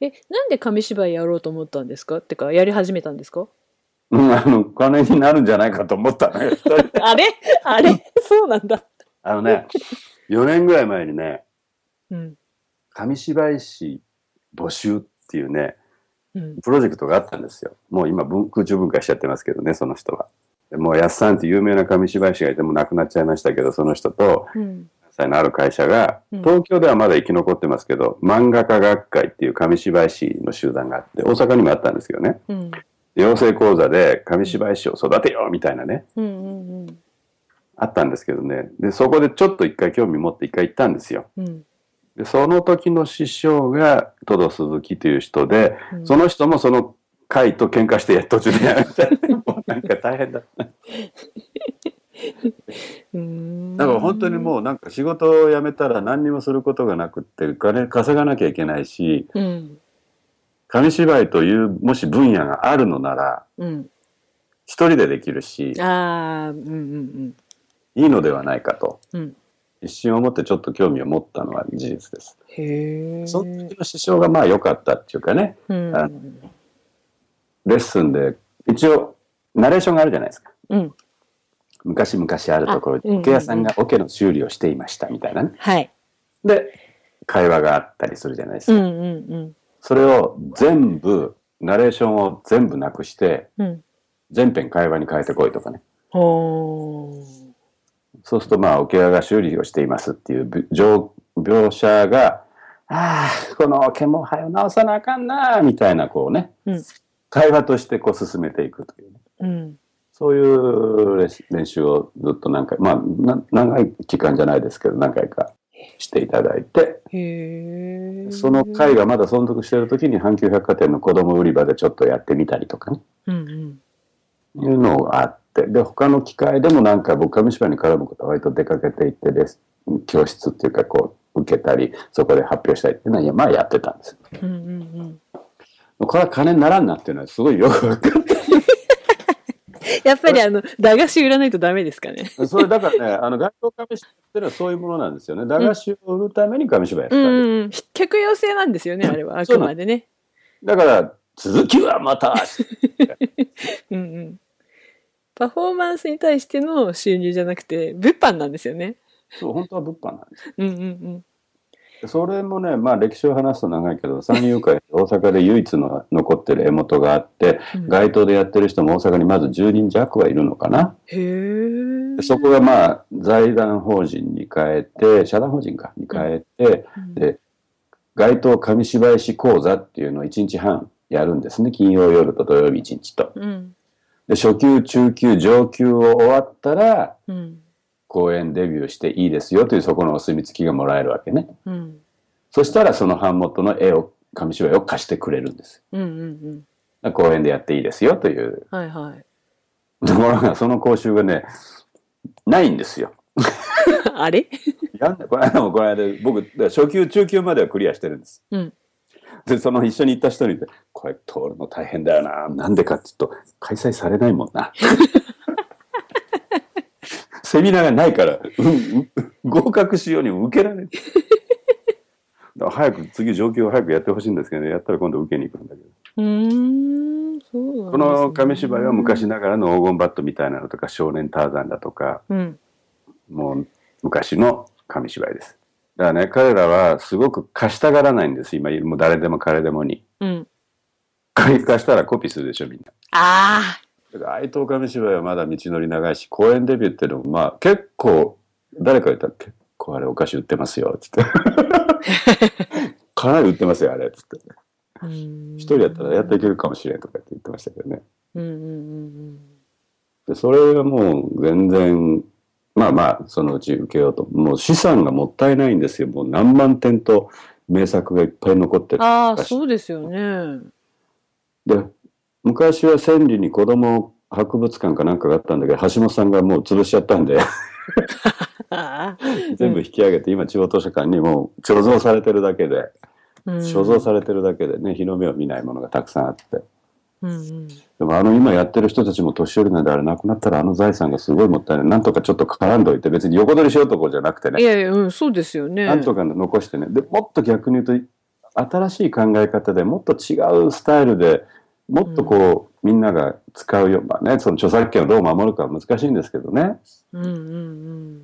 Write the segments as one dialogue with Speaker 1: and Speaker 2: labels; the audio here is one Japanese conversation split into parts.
Speaker 1: え、なんで紙芝居やろうと思ったんですかってか、やり始めたんですか
Speaker 2: うん、あの、お金になるんじゃないかと思った のよ、一人
Speaker 1: あれあれ そうなんだ。
Speaker 2: あのね、4年ぐらい前にね、
Speaker 1: うん。
Speaker 2: 紙芝居師募集っていうね、
Speaker 1: うん。
Speaker 2: プロジェクトがあったんですよ。もう今文、空中分解しちゃってますけどね、その人は。でもう、やっさんって有名な紙芝居師がいてもう亡くなっちゃいましたけど、その人と、
Speaker 1: うん。
Speaker 2: 関西のある会社が、
Speaker 1: うん
Speaker 2: 東京ではまだ生き残ってますけど、漫画家学会っていう紙芝居師の集団があって、大阪にもあったんですけどね。
Speaker 1: うん。
Speaker 2: で養成講座で紙芝居師を育てようみたいなね、
Speaker 1: うん。うん。うん。
Speaker 2: あったんですけどね。で、そこでちょっと一回興味持って一回行ったんですよ。
Speaker 1: うん。
Speaker 2: で、その時の師匠が、戸戸鈴木という人で、
Speaker 1: うん
Speaker 2: その人もその会と喧嘩して途中でやめちゃって、もうなんか大変だった。
Speaker 1: うん。
Speaker 2: だから本当にもうなんか仕事を辞めたら何にもすることがなくって、お金稼がなきゃいけないし、
Speaker 1: う。うん。
Speaker 2: 紙芝居というもし分野があるのなら
Speaker 1: うん。
Speaker 2: 一人でできるし
Speaker 1: ああ、うんうん
Speaker 2: いいのではないかと
Speaker 1: うん。うん。
Speaker 2: 一瞬思ってちょっと興味を持ったのは事実です。
Speaker 1: へえ。
Speaker 2: その時の師匠がまあ良かったっていうかね
Speaker 1: うん。
Speaker 2: あレッスンで一応ナレーションがあるじゃないですか
Speaker 1: うん。
Speaker 2: 昔々あるところ
Speaker 1: あうんうん
Speaker 2: で
Speaker 1: うん
Speaker 2: 桶屋さんが桶の修理をしていましたみたいなね
Speaker 1: はい。
Speaker 2: で会話があったりするじゃないです
Speaker 1: う
Speaker 2: か、
Speaker 1: んうん
Speaker 2: それを全部ナレーションを全部なくして
Speaker 1: うん。うん。
Speaker 2: 全編会話に変えてこいとかね
Speaker 1: ほー。
Speaker 2: そうすると、まあ、桶屋が修理をしていますっていうび描描写が、ああ、この桶も早よ直さなあかんなあ、みたいな、こうね、
Speaker 1: うん
Speaker 2: 会話としてこう進めていくというね、
Speaker 1: うん。
Speaker 2: そういう練習練習をずっと何回、まあ、な長い期間じゃないですけど、何回かしていただいて、
Speaker 1: へえ。
Speaker 2: その会がまだ存続している時に、阪急百貨店の子供売り場でちょっとやってみたりとかね、
Speaker 1: うんうん。
Speaker 2: いうのがあって、で、他の機会でもなんか僕、紙芝居に絡むことは割と出かけていってです、教室っていうかこう、受けたり、そこで発表したりっていうのは、いやまあやってたんです。
Speaker 1: うんうんうん。
Speaker 2: これは金にならんなっていうのはすごいよくわかっ
Speaker 1: やっぱりあの、駄菓子売らないとダメですかね。
Speaker 2: た。それだからね、あの、外交紙芝居っていうのはそういうものなんですよね。駄菓子を売るために紙芝居やった
Speaker 1: う
Speaker 2: わ
Speaker 1: ん
Speaker 2: け、
Speaker 1: うんうん。客寄せなんですよね、あれは。あ
Speaker 2: そ
Speaker 1: く
Speaker 2: うなん
Speaker 1: までね。
Speaker 2: だから、続きはまた
Speaker 1: うんうん。パフォーマンスに対しての収入じゃなくて、物販なんですよね。
Speaker 2: そう、本当は物販なんです。
Speaker 1: うんうん
Speaker 2: それもね、まあ歴史を話すと長いけど、三遊会、大阪で唯一の残ってる絵元があって、
Speaker 1: うん。うん
Speaker 2: 街頭でやってる人も大阪にまず10人弱はいるのかな。
Speaker 1: へえ。
Speaker 2: でそこがまあ財団法人に変えて、社団法人か、に変えて、
Speaker 1: うん
Speaker 2: で、街頭紙芝居師講座っていうのを1日半やるんですね。金曜夜と土曜日1日と。
Speaker 1: うん。
Speaker 2: で、初級、中級、上級を終わったら、
Speaker 1: うん。
Speaker 2: 公演デビューしていいですよというそこのお墨付きがもらえるわけね。
Speaker 1: うん。
Speaker 2: そしたらその版元の絵を、紙芝居を貸してくれるんです。
Speaker 1: うんうんうん。
Speaker 2: 公演でやっていいですよという
Speaker 1: はいはい。
Speaker 2: ところが、その講習がね、ないんですよ。
Speaker 1: あれ
Speaker 2: やんこの間もこの間僕初級中級まではクリアしてるんです、
Speaker 1: うん
Speaker 2: でその一緒に行った人に「これ通るの大変だよななんでかって言うと開催されないもんな」セミナーがないから、うんうん合格しようにも受けられないだから早く次上級を早くやってほしいんですけどねやったら今度受けに行くんだけど
Speaker 1: うーん。そうなんですね
Speaker 2: この紙芝居は昔。ながらの黄金バットみたいなのとか少年ターザンだとか
Speaker 1: うん。
Speaker 2: もう昔の紙芝居です。だからね、彼らはすごく貸したがらないんです。今、もう誰でも彼でもに。
Speaker 1: うん。
Speaker 2: 貸したらコピーするでしょ、みんな。
Speaker 1: ああ。
Speaker 2: だから、愛藤紙芝居はまだ道のり長いし、公演デビューっていうのも、まあ、結構、誰か言ったら、結構あれお菓子売ってますよ、つって。かなり売ってますよ、あれ、つって。
Speaker 1: 一
Speaker 2: 一人やったらやっていけるかもしれんとかって言ってましたけどね。
Speaker 1: うんうんうん
Speaker 2: で、それがもう全然、まあまあ、そのうち受けようと。もう資産がもったいないんですよ。もう何万点と名作がいっぱい残って
Speaker 1: うん。
Speaker 2: る。
Speaker 1: ああ、そうですよね。
Speaker 2: で、昔は千里に子供博物館かなんかがあったんだけど、橋本さんがもう潰しちゃったんで、
Speaker 1: ああ。
Speaker 2: 全部引き上げて、今地方図書館にもう貯蔵されてるだけで、
Speaker 1: うん
Speaker 2: 所蔵されてるだけでね、日の目を見ないものがたくさんあって。
Speaker 1: うんうん。
Speaker 2: でもあの今やってる人たちも年寄りなんであれなくなったらあの財産がすごいもったいない。なんとかちょっと絡んどいて、別に横取りしようとこじゃなくてね
Speaker 1: い。やいや、うん、そうですよね。
Speaker 2: なんとか残してね。で、もっと逆に言うと、新しい考え方でもっと違うスタイルでもっとこう、みんなが使うようなねその著作権をどう守るかは難しいんですけどね
Speaker 1: うんうん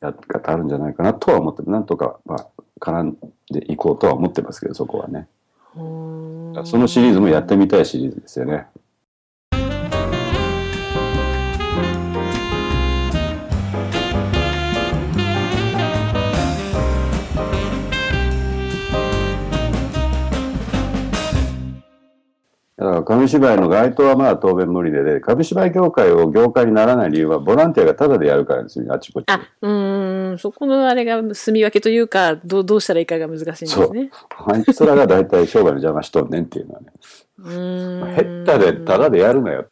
Speaker 2: やり方あるんじゃないかなとは思ってなんとか、まあ、絡んでいこうとは思ってますけどそこはね
Speaker 1: うんほー
Speaker 2: そのシリーズもやってみたいシリーズですよねだから紙芝居の該当はまあ当面無理でで紙芝居業界を業界にならない理由はボランティアがタダでやるからですよあっちこっち
Speaker 1: あうーんそこのあれが住み分けというかどうどうしたらいいかが難しいんですね
Speaker 2: あいつらが大体商売の邪魔しとんねんっていうのはね
Speaker 1: うーん
Speaker 2: ヘッダでタダでやるなよ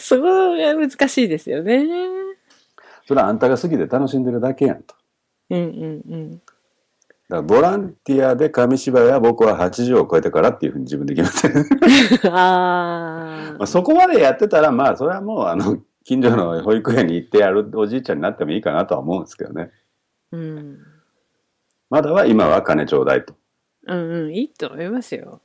Speaker 1: そこが難しいですよねうん
Speaker 2: それはあんたが好きで楽しんでるだけやんと。
Speaker 1: うんうん
Speaker 2: だからボランティアで紙芝居は僕は80を超えてからっていうふうに自分で決め て
Speaker 1: あ
Speaker 2: る
Speaker 1: あ
Speaker 2: まあそこまでやってたらまあそれはもうあの近所の保育園に行ってやるおじいちゃんになってもいいかなとは思うんですけどね
Speaker 1: うん
Speaker 2: まだは今は金ちょうだいと
Speaker 1: うんうんいいと思いますよ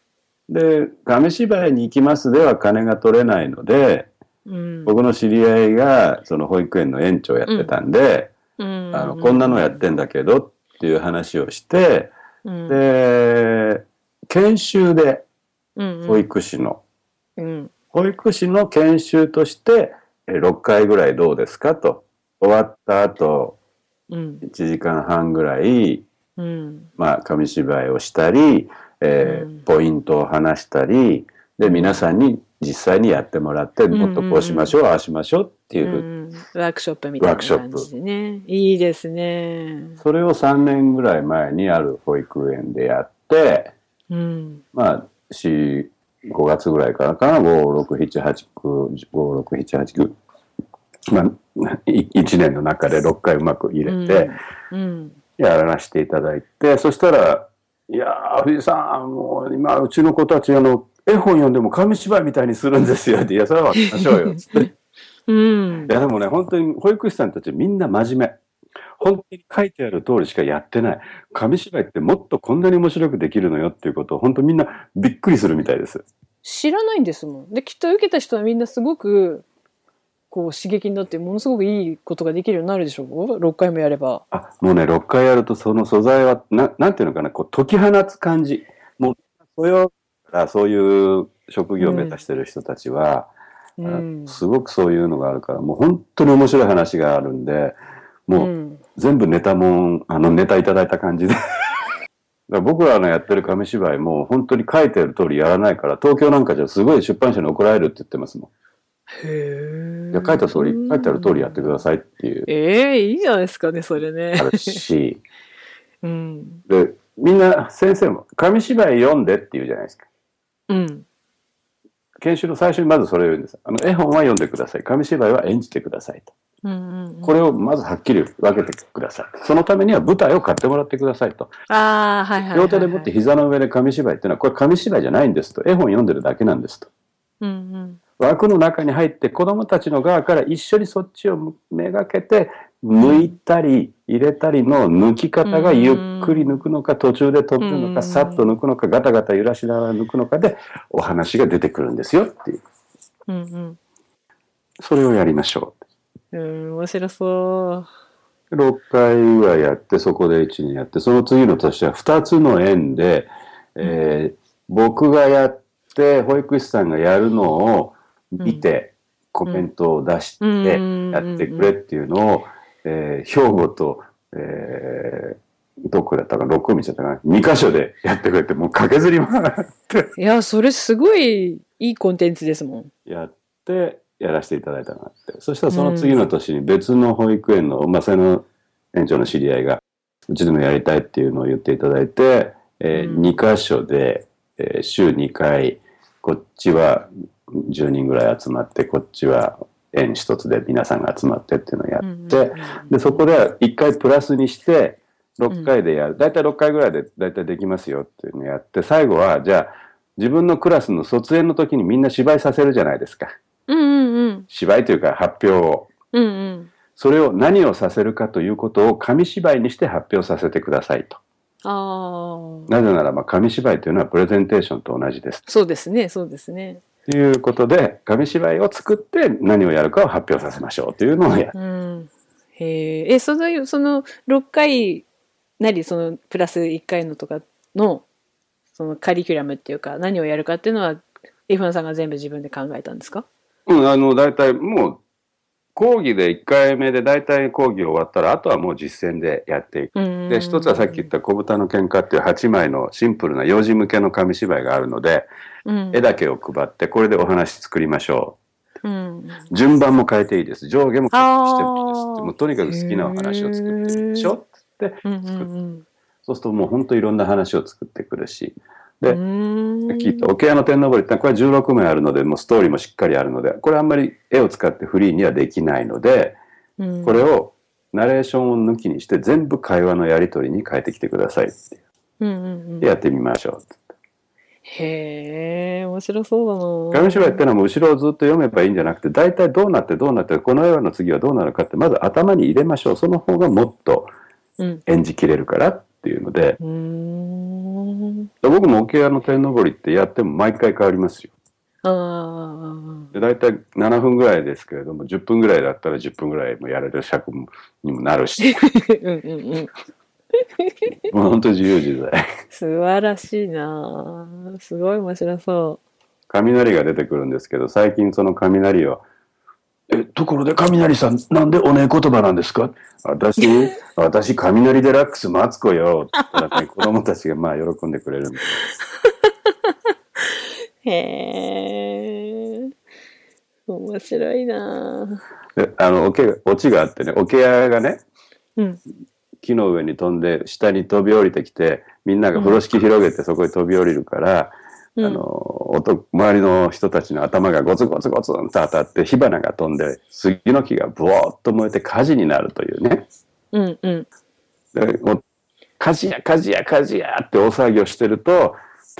Speaker 2: で紙芝居に行きますでは金が取れないので
Speaker 1: うん
Speaker 2: 僕の知り合いがその保育園の園長やってたんで、
Speaker 1: うん
Speaker 2: あのこんなのやってんだけどっていう話をして
Speaker 1: うん
Speaker 2: で研修で
Speaker 1: うんうん
Speaker 2: 保育士の、
Speaker 1: うん
Speaker 2: 保育士の研修としてえー6回ぐらいどうですかと終わった後
Speaker 1: うん
Speaker 2: 1時間半ぐらい、
Speaker 1: うん
Speaker 2: まあ、紙芝居をしたり、えー
Speaker 1: うん
Speaker 2: ポイントを話したりで皆さんに実際にやってもらって
Speaker 1: んうん
Speaker 2: もっとこうしましょう、ああしましょうっていうう、
Speaker 1: んワークショップみたいな感じでねいいですね
Speaker 2: それを3年ぐらい前にある保育園でやって
Speaker 1: うん
Speaker 2: まあ45月ぐらいからかな567895678まあ1年の中で6回うまく入れて、
Speaker 1: うん
Speaker 2: やらせていただいてそしたら「いやー藤井さんもう今うちの子たちあの絵本読んでも紙芝居みたいにするんですよ」って「いやそれは分けましょうよ」つってい
Speaker 1: うん
Speaker 2: やでもね本当に保育士さんたちみんな真面目本当に書いてある通りしかやってない紙芝居ってもっとこんなに面白くできるのよっていうことを本当みんなびっくりするみたいです
Speaker 1: 知らないんですもんできっと受けた人はみんなすごくこう刺激になってものすごくいいことができるようになるでしょう6回もやれば
Speaker 2: あもうね6回やるとその素材はななんていうのかなこう解き放つ感じもうそれをあそういう職業を目指してる人たちは、
Speaker 1: う
Speaker 2: あ
Speaker 1: ん
Speaker 2: すごくそういうのがあるからもう本当に面白い話があるんでもうう
Speaker 1: うん
Speaker 2: 全部ネタもんあのネタいただいた感じでだから僕らのやってる紙芝居も本当に書いてる通りやらないから東京なんかじゃすごい出版社に怒られるって言ってますも
Speaker 1: へ
Speaker 2: ん。
Speaker 1: え
Speaker 2: いや書いた通り書いてある通りやってくださいっていう
Speaker 1: ええいいじゃないですかねそれ
Speaker 2: あ
Speaker 1: ね
Speaker 2: るし
Speaker 1: うん
Speaker 2: でみんな先生も紙芝居読んでって言うじゃないですか。
Speaker 1: うん
Speaker 2: 研修の最初にまずそれを言うんです。あの絵本は読んでください。紙芝居は演じてくださいと。
Speaker 1: うんうん
Speaker 2: これをまずはっきり分けてください。そのためには舞台を買ってもらってくださいと。
Speaker 1: ああはいはいはいはい
Speaker 2: 両手で持って膝の上で紙芝居っていうのは、これ紙芝居じゃないんですと。絵本読んでるだけなんですと。
Speaker 1: うんうん
Speaker 2: 枠の中に入って子供たちの側から一緒にそっちをめがけて、抜いたり入れたりの抜き方がゆっくり抜くのか、途中で飛ぶの
Speaker 1: うん
Speaker 2: か、さっと抜くのか、ガタガタ揺らしながら抜くのかで、お話が出てくるんですよっていう。
Speaker 1: うんうん
Speaker 2: それをやりましょう。
Speaker 1: うん面白そう
Speaker 2: 6回はやってそこで1年やってその次の年は2つの園で、えー僕がやって保育士さんがやるのを見て、コメントを出して
Speaker 1: うんうん
Speaker 2: やってくれっていうのを、えー兵庫と、えーどこだったか六甲道だったかな2箇所でやってくれてもう駆けずり回って
Speaker 1: いやそれすごいいいコンテンツですもん
Speaker 2: やってやらせていただいたなってそしたらその次の年に別の保育園の、まあ、その園長の知り合いがうちでもやりたいっていうのを言っていただいて、え
Speaker 1: うん
Speaker 2: 2箇所で、えー週2回こっちは10人ぐらい集まってこっちは園一つで皆さんが集まってっていうのをやっ
Speaker 1: う
Speaker 2: て、
Speaker 1: んうん
Speaker 2: でそこで1回プラスにして6回でやる大体6回ぐらいで大体できますよっていうのをやって最後はじゃあ自分のクラスの卒園の時にみんな芝居させるじゃないですか。
Speaker 1: うんうん
Speaker 2: 芝居というか発表を
Speaker 1: うんうんうん
Speaker 2: それを何をさせるかということを紙芝居にして発表させてくださいと
Speaker 1: ああ。
Speaker 2: なぜならば紙芝居というのはプレゼンテーションと同じです。
Speaker 1: そうですね、そうですね。
Speaker 2: ということで紙芝居を作って何をやるかを発表させましょうというのをや
Speaker 1: うん。へえ。え、その、その、6回なり、その、プラス1回のとかの、そのカリキュラムっていうか、何をやるかっていうのは、エフンさんが全部自分で考えたんですか
Speaker 2: うん、あの、大体もう、講義で1回目で大体講義終わったら、あとはもう実践でやっていく。
Speaker 1: うん。
Speaker 2: で、一つはさっき言った小豚の喧嘩っていう8枚のシンプルな幼児向けの紙芝居があるので、
Speaker 1: うん、
Speaker 2: 絵だけを配って、これでお話作りましょ
Speaker 1: うん。
Speaker 2: う。順番も変えていいです。上下も変えてもいいです
Speaker 1: あー
Speaker 2: もうとにかく好きなお話を作っていくでし
Speaker 1: へ
Speaker 2: ょ
Speaker 1: ー
Speaker 2: って。
Speaker 1: うんうん
Speaker 2: そうするともう本当いろんな話を作ってくるし。
Speaker 1: う
Speaker 2: で
Speaker 1: ん。
Speaker 2: さっき言った桶屋の天のぼりってのはこれは16枚あるので、もうストーリーもしっかりあるので、これあんまり絵を使ってフリーにはできないので、
Speaker 1: うん、
Speaker 2: これをナレーションを抜きにして全部会話のやり取りに変えてきてくださいって
Speaker 1: うんうんうん
Speaker 2: でやってみましょ
Speaker 1: へえ、面白そう
Speaker 2: う。
Speaker 1: だな。
Speaker 2: 紙芝居ってのはもう後ろをずっと読めばいいんじゃなくて大体どうなってどうなってこの絵の次はどうなるかってまず頭に入れましょうその方がもっと
Speaker 1: うん。
Speaker 2: 演じきれるからっていうので
Speaker 1: うーん。
Speaker 2: 僕も桶屋の天のぼりってやっても毎回変わりますよ
Speaker 1: ああ。
Speaker 2: で大体7分ぐらいですけれども10分ぐらいだったら10分ぐらいもやれる尺にもな るし
Speaker 1: うんうんうん。
Speaker 2: もう本当自由自在
Speaker 1: 素晴らしいなあすごい面白そ
Speaker 2: 雷が出てくるんですけど最近その雷を「えところで雷さんなんでおねえ言葉なんですか私私雷デラックスマツコよ」って言ったら、ね、子供たちがまあ喜んでくれるんで
Speaker 1: う。へえ。面白いなあ
Speaker 2: であのおけオチがあってね桶屋がね
Speaker 1: うん。
Speaker 2: 木の上に飛んで下に飛び降りてきてみんなが風呂敷広げてそこに飛び降りるから、
Speaker 1: うん
Speaker 2: あの音周りの人たちの頭がゴツゴツゴツンと当たって火花が飛んで杉の木がブワーッと燃えて火事になるというね。
Speaker 1: うんうん。
Speaker 2: でもう火事や火事や火事やって大騒ぎをしてると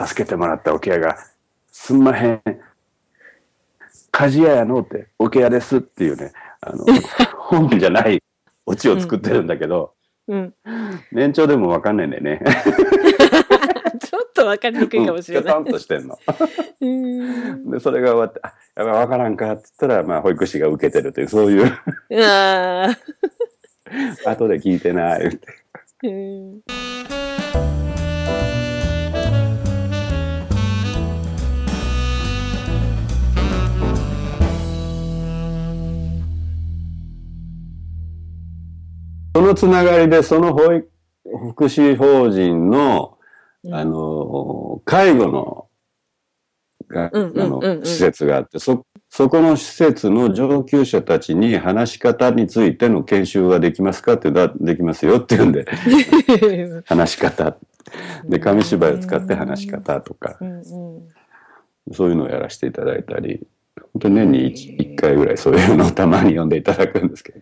Speaker 2: 助けてもらった桶屋が「すんまへん火事屋やのうて桶屋です」っていうねあ の本じゃないオチを作ってるんだけど、
Speaker 1: うん。
Speaker 2: 年長でも分かんないんだよね。
Speaker 1: ちょっとわかりにくいかもしれな
Speaker 2: う
Speaker 1: い。
Speaker 2: んきょとんとしてんの。
Speaker 1: うん。
Speaker 2: でそれが終わって「あやばい分からんか」っつったら、まあ、保育士が受けてるというそういう
Speaker 1: ああ。
Speaker 2: 後で聞いてない言って
Speaker 1: うん
Speaker 2: そのつながりでその保育福祉法人のあ
Speaker 1: うん
Speaker 2: の、介護の、が、
Speaker 1: うんうん
Speaker 2: あ
Speaker 1: うんう
Speaker 2: の、
Speaker 1: ん
Speaker 2: 施設があって、そ、そこの施設の上級者たちに話し方についての研修ができますかってだ、できますよっていうんで、話し方。で、紙芝居を使って話し。方とか、
Speaker 1: うんうん。
Speaker 2: そういうのをやらせていただいたり、本当に年に 1, 回ぐらいそういうのをたまに読んでいただくんですけど。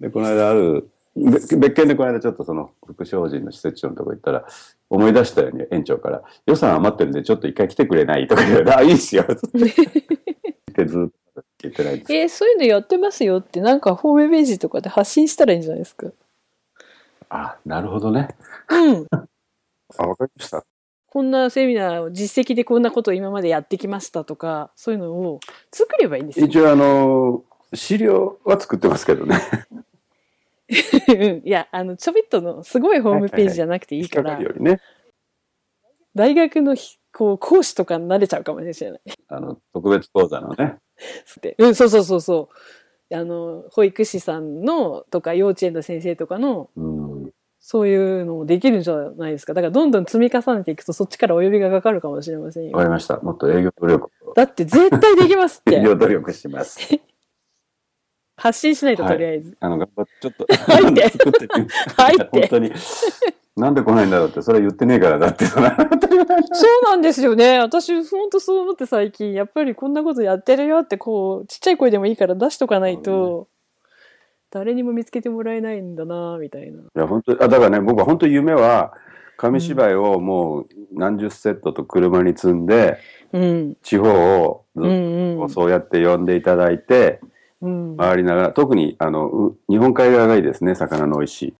Speaker 2: で、この間ある、べ別件でこの間ちょっとその福祉法人の施設長のとこ行ったら、思い出したように園長から、予算余ってるんでちょっと一回来てくれないとか言 われて、あ、いいっすよ。ってずっと言ってないんです。
Speaker 1: えーそういうのやってますよってなんかホームページとかで発信したらいいんじゃないですか。
Speaker 2: あ、なるほどね。
Speaker 1: うん。
Speaker 2: あ、わかりました。
Speaker 1: こんなセミナーを実績でこんなことを今までやってきましたとかそういうのを作ればいいんですよ。
Speaker 2: 一応あの、資料は作ってますけどね。
Speaker 1: うんいやあのちょびっとのすごいホームページじゃなくていいか
Speaker 2: 引っ
Speaker 1: ら、
Speaker 2: かかるよりね。
Speaker 1: 大学のひこう講師とかになれちゃうかもしれない。
Speaker 2: あの、特別講座のね。
Speaker 1: でうんそうそうそうそうあの保育士さんのとか幼稚園の先生とかの
Speaker 2: うん。
Speaker 1: そういうのもできるんじゃないですか。だからどんどん積み重ねていくとそっちからお呼びがかかるかもしれません
Speaker 2: わか
Speaker 1: よ。
Speaker 2: りました。もっと営業努力を。
Speaker 1: だって絶対できますっ
Speaker 2: 営
Speaker 1: て
Speaker 2: 業努力します。
Speaker 1: 発信しないと
Speaker 2: はい
Speaker 1: とりあえず。
Speaker 2: あの、頑張って、ちょっと、
Speaker 1: 入って
Speaker 2: 作ってみます
Speaker 1: 入って
Speaker 2: 本当に。なんで来ないんだろうって、それは言ってねえからだって、その
Speaker 1: そうなんですよね。私、ほんとそう思って最近、やっぱりこんなことやってるよって、こう、ちっちゃい声でもいいから出しとかない
Speaker 2: そ
Speaker 1: と、誰にも見つけてもらえないんだなみたいな。
Speaker 2: いや、本当にあ、だからね、僕は本当に夢は、紙芝居をもう何十セットと車に積んで、
Speaker 1: うん。
Speaker 2: 地方をずっ
Speaker 1: う
Speaker 2: と
Speaker 1: んうん。
Speaker 2: そうやって呼んでいただいて、
Speaker 1: うん。
Speaker 2: 回りながら、特に、あの、う日本海側がいいですね、魚の美味しい。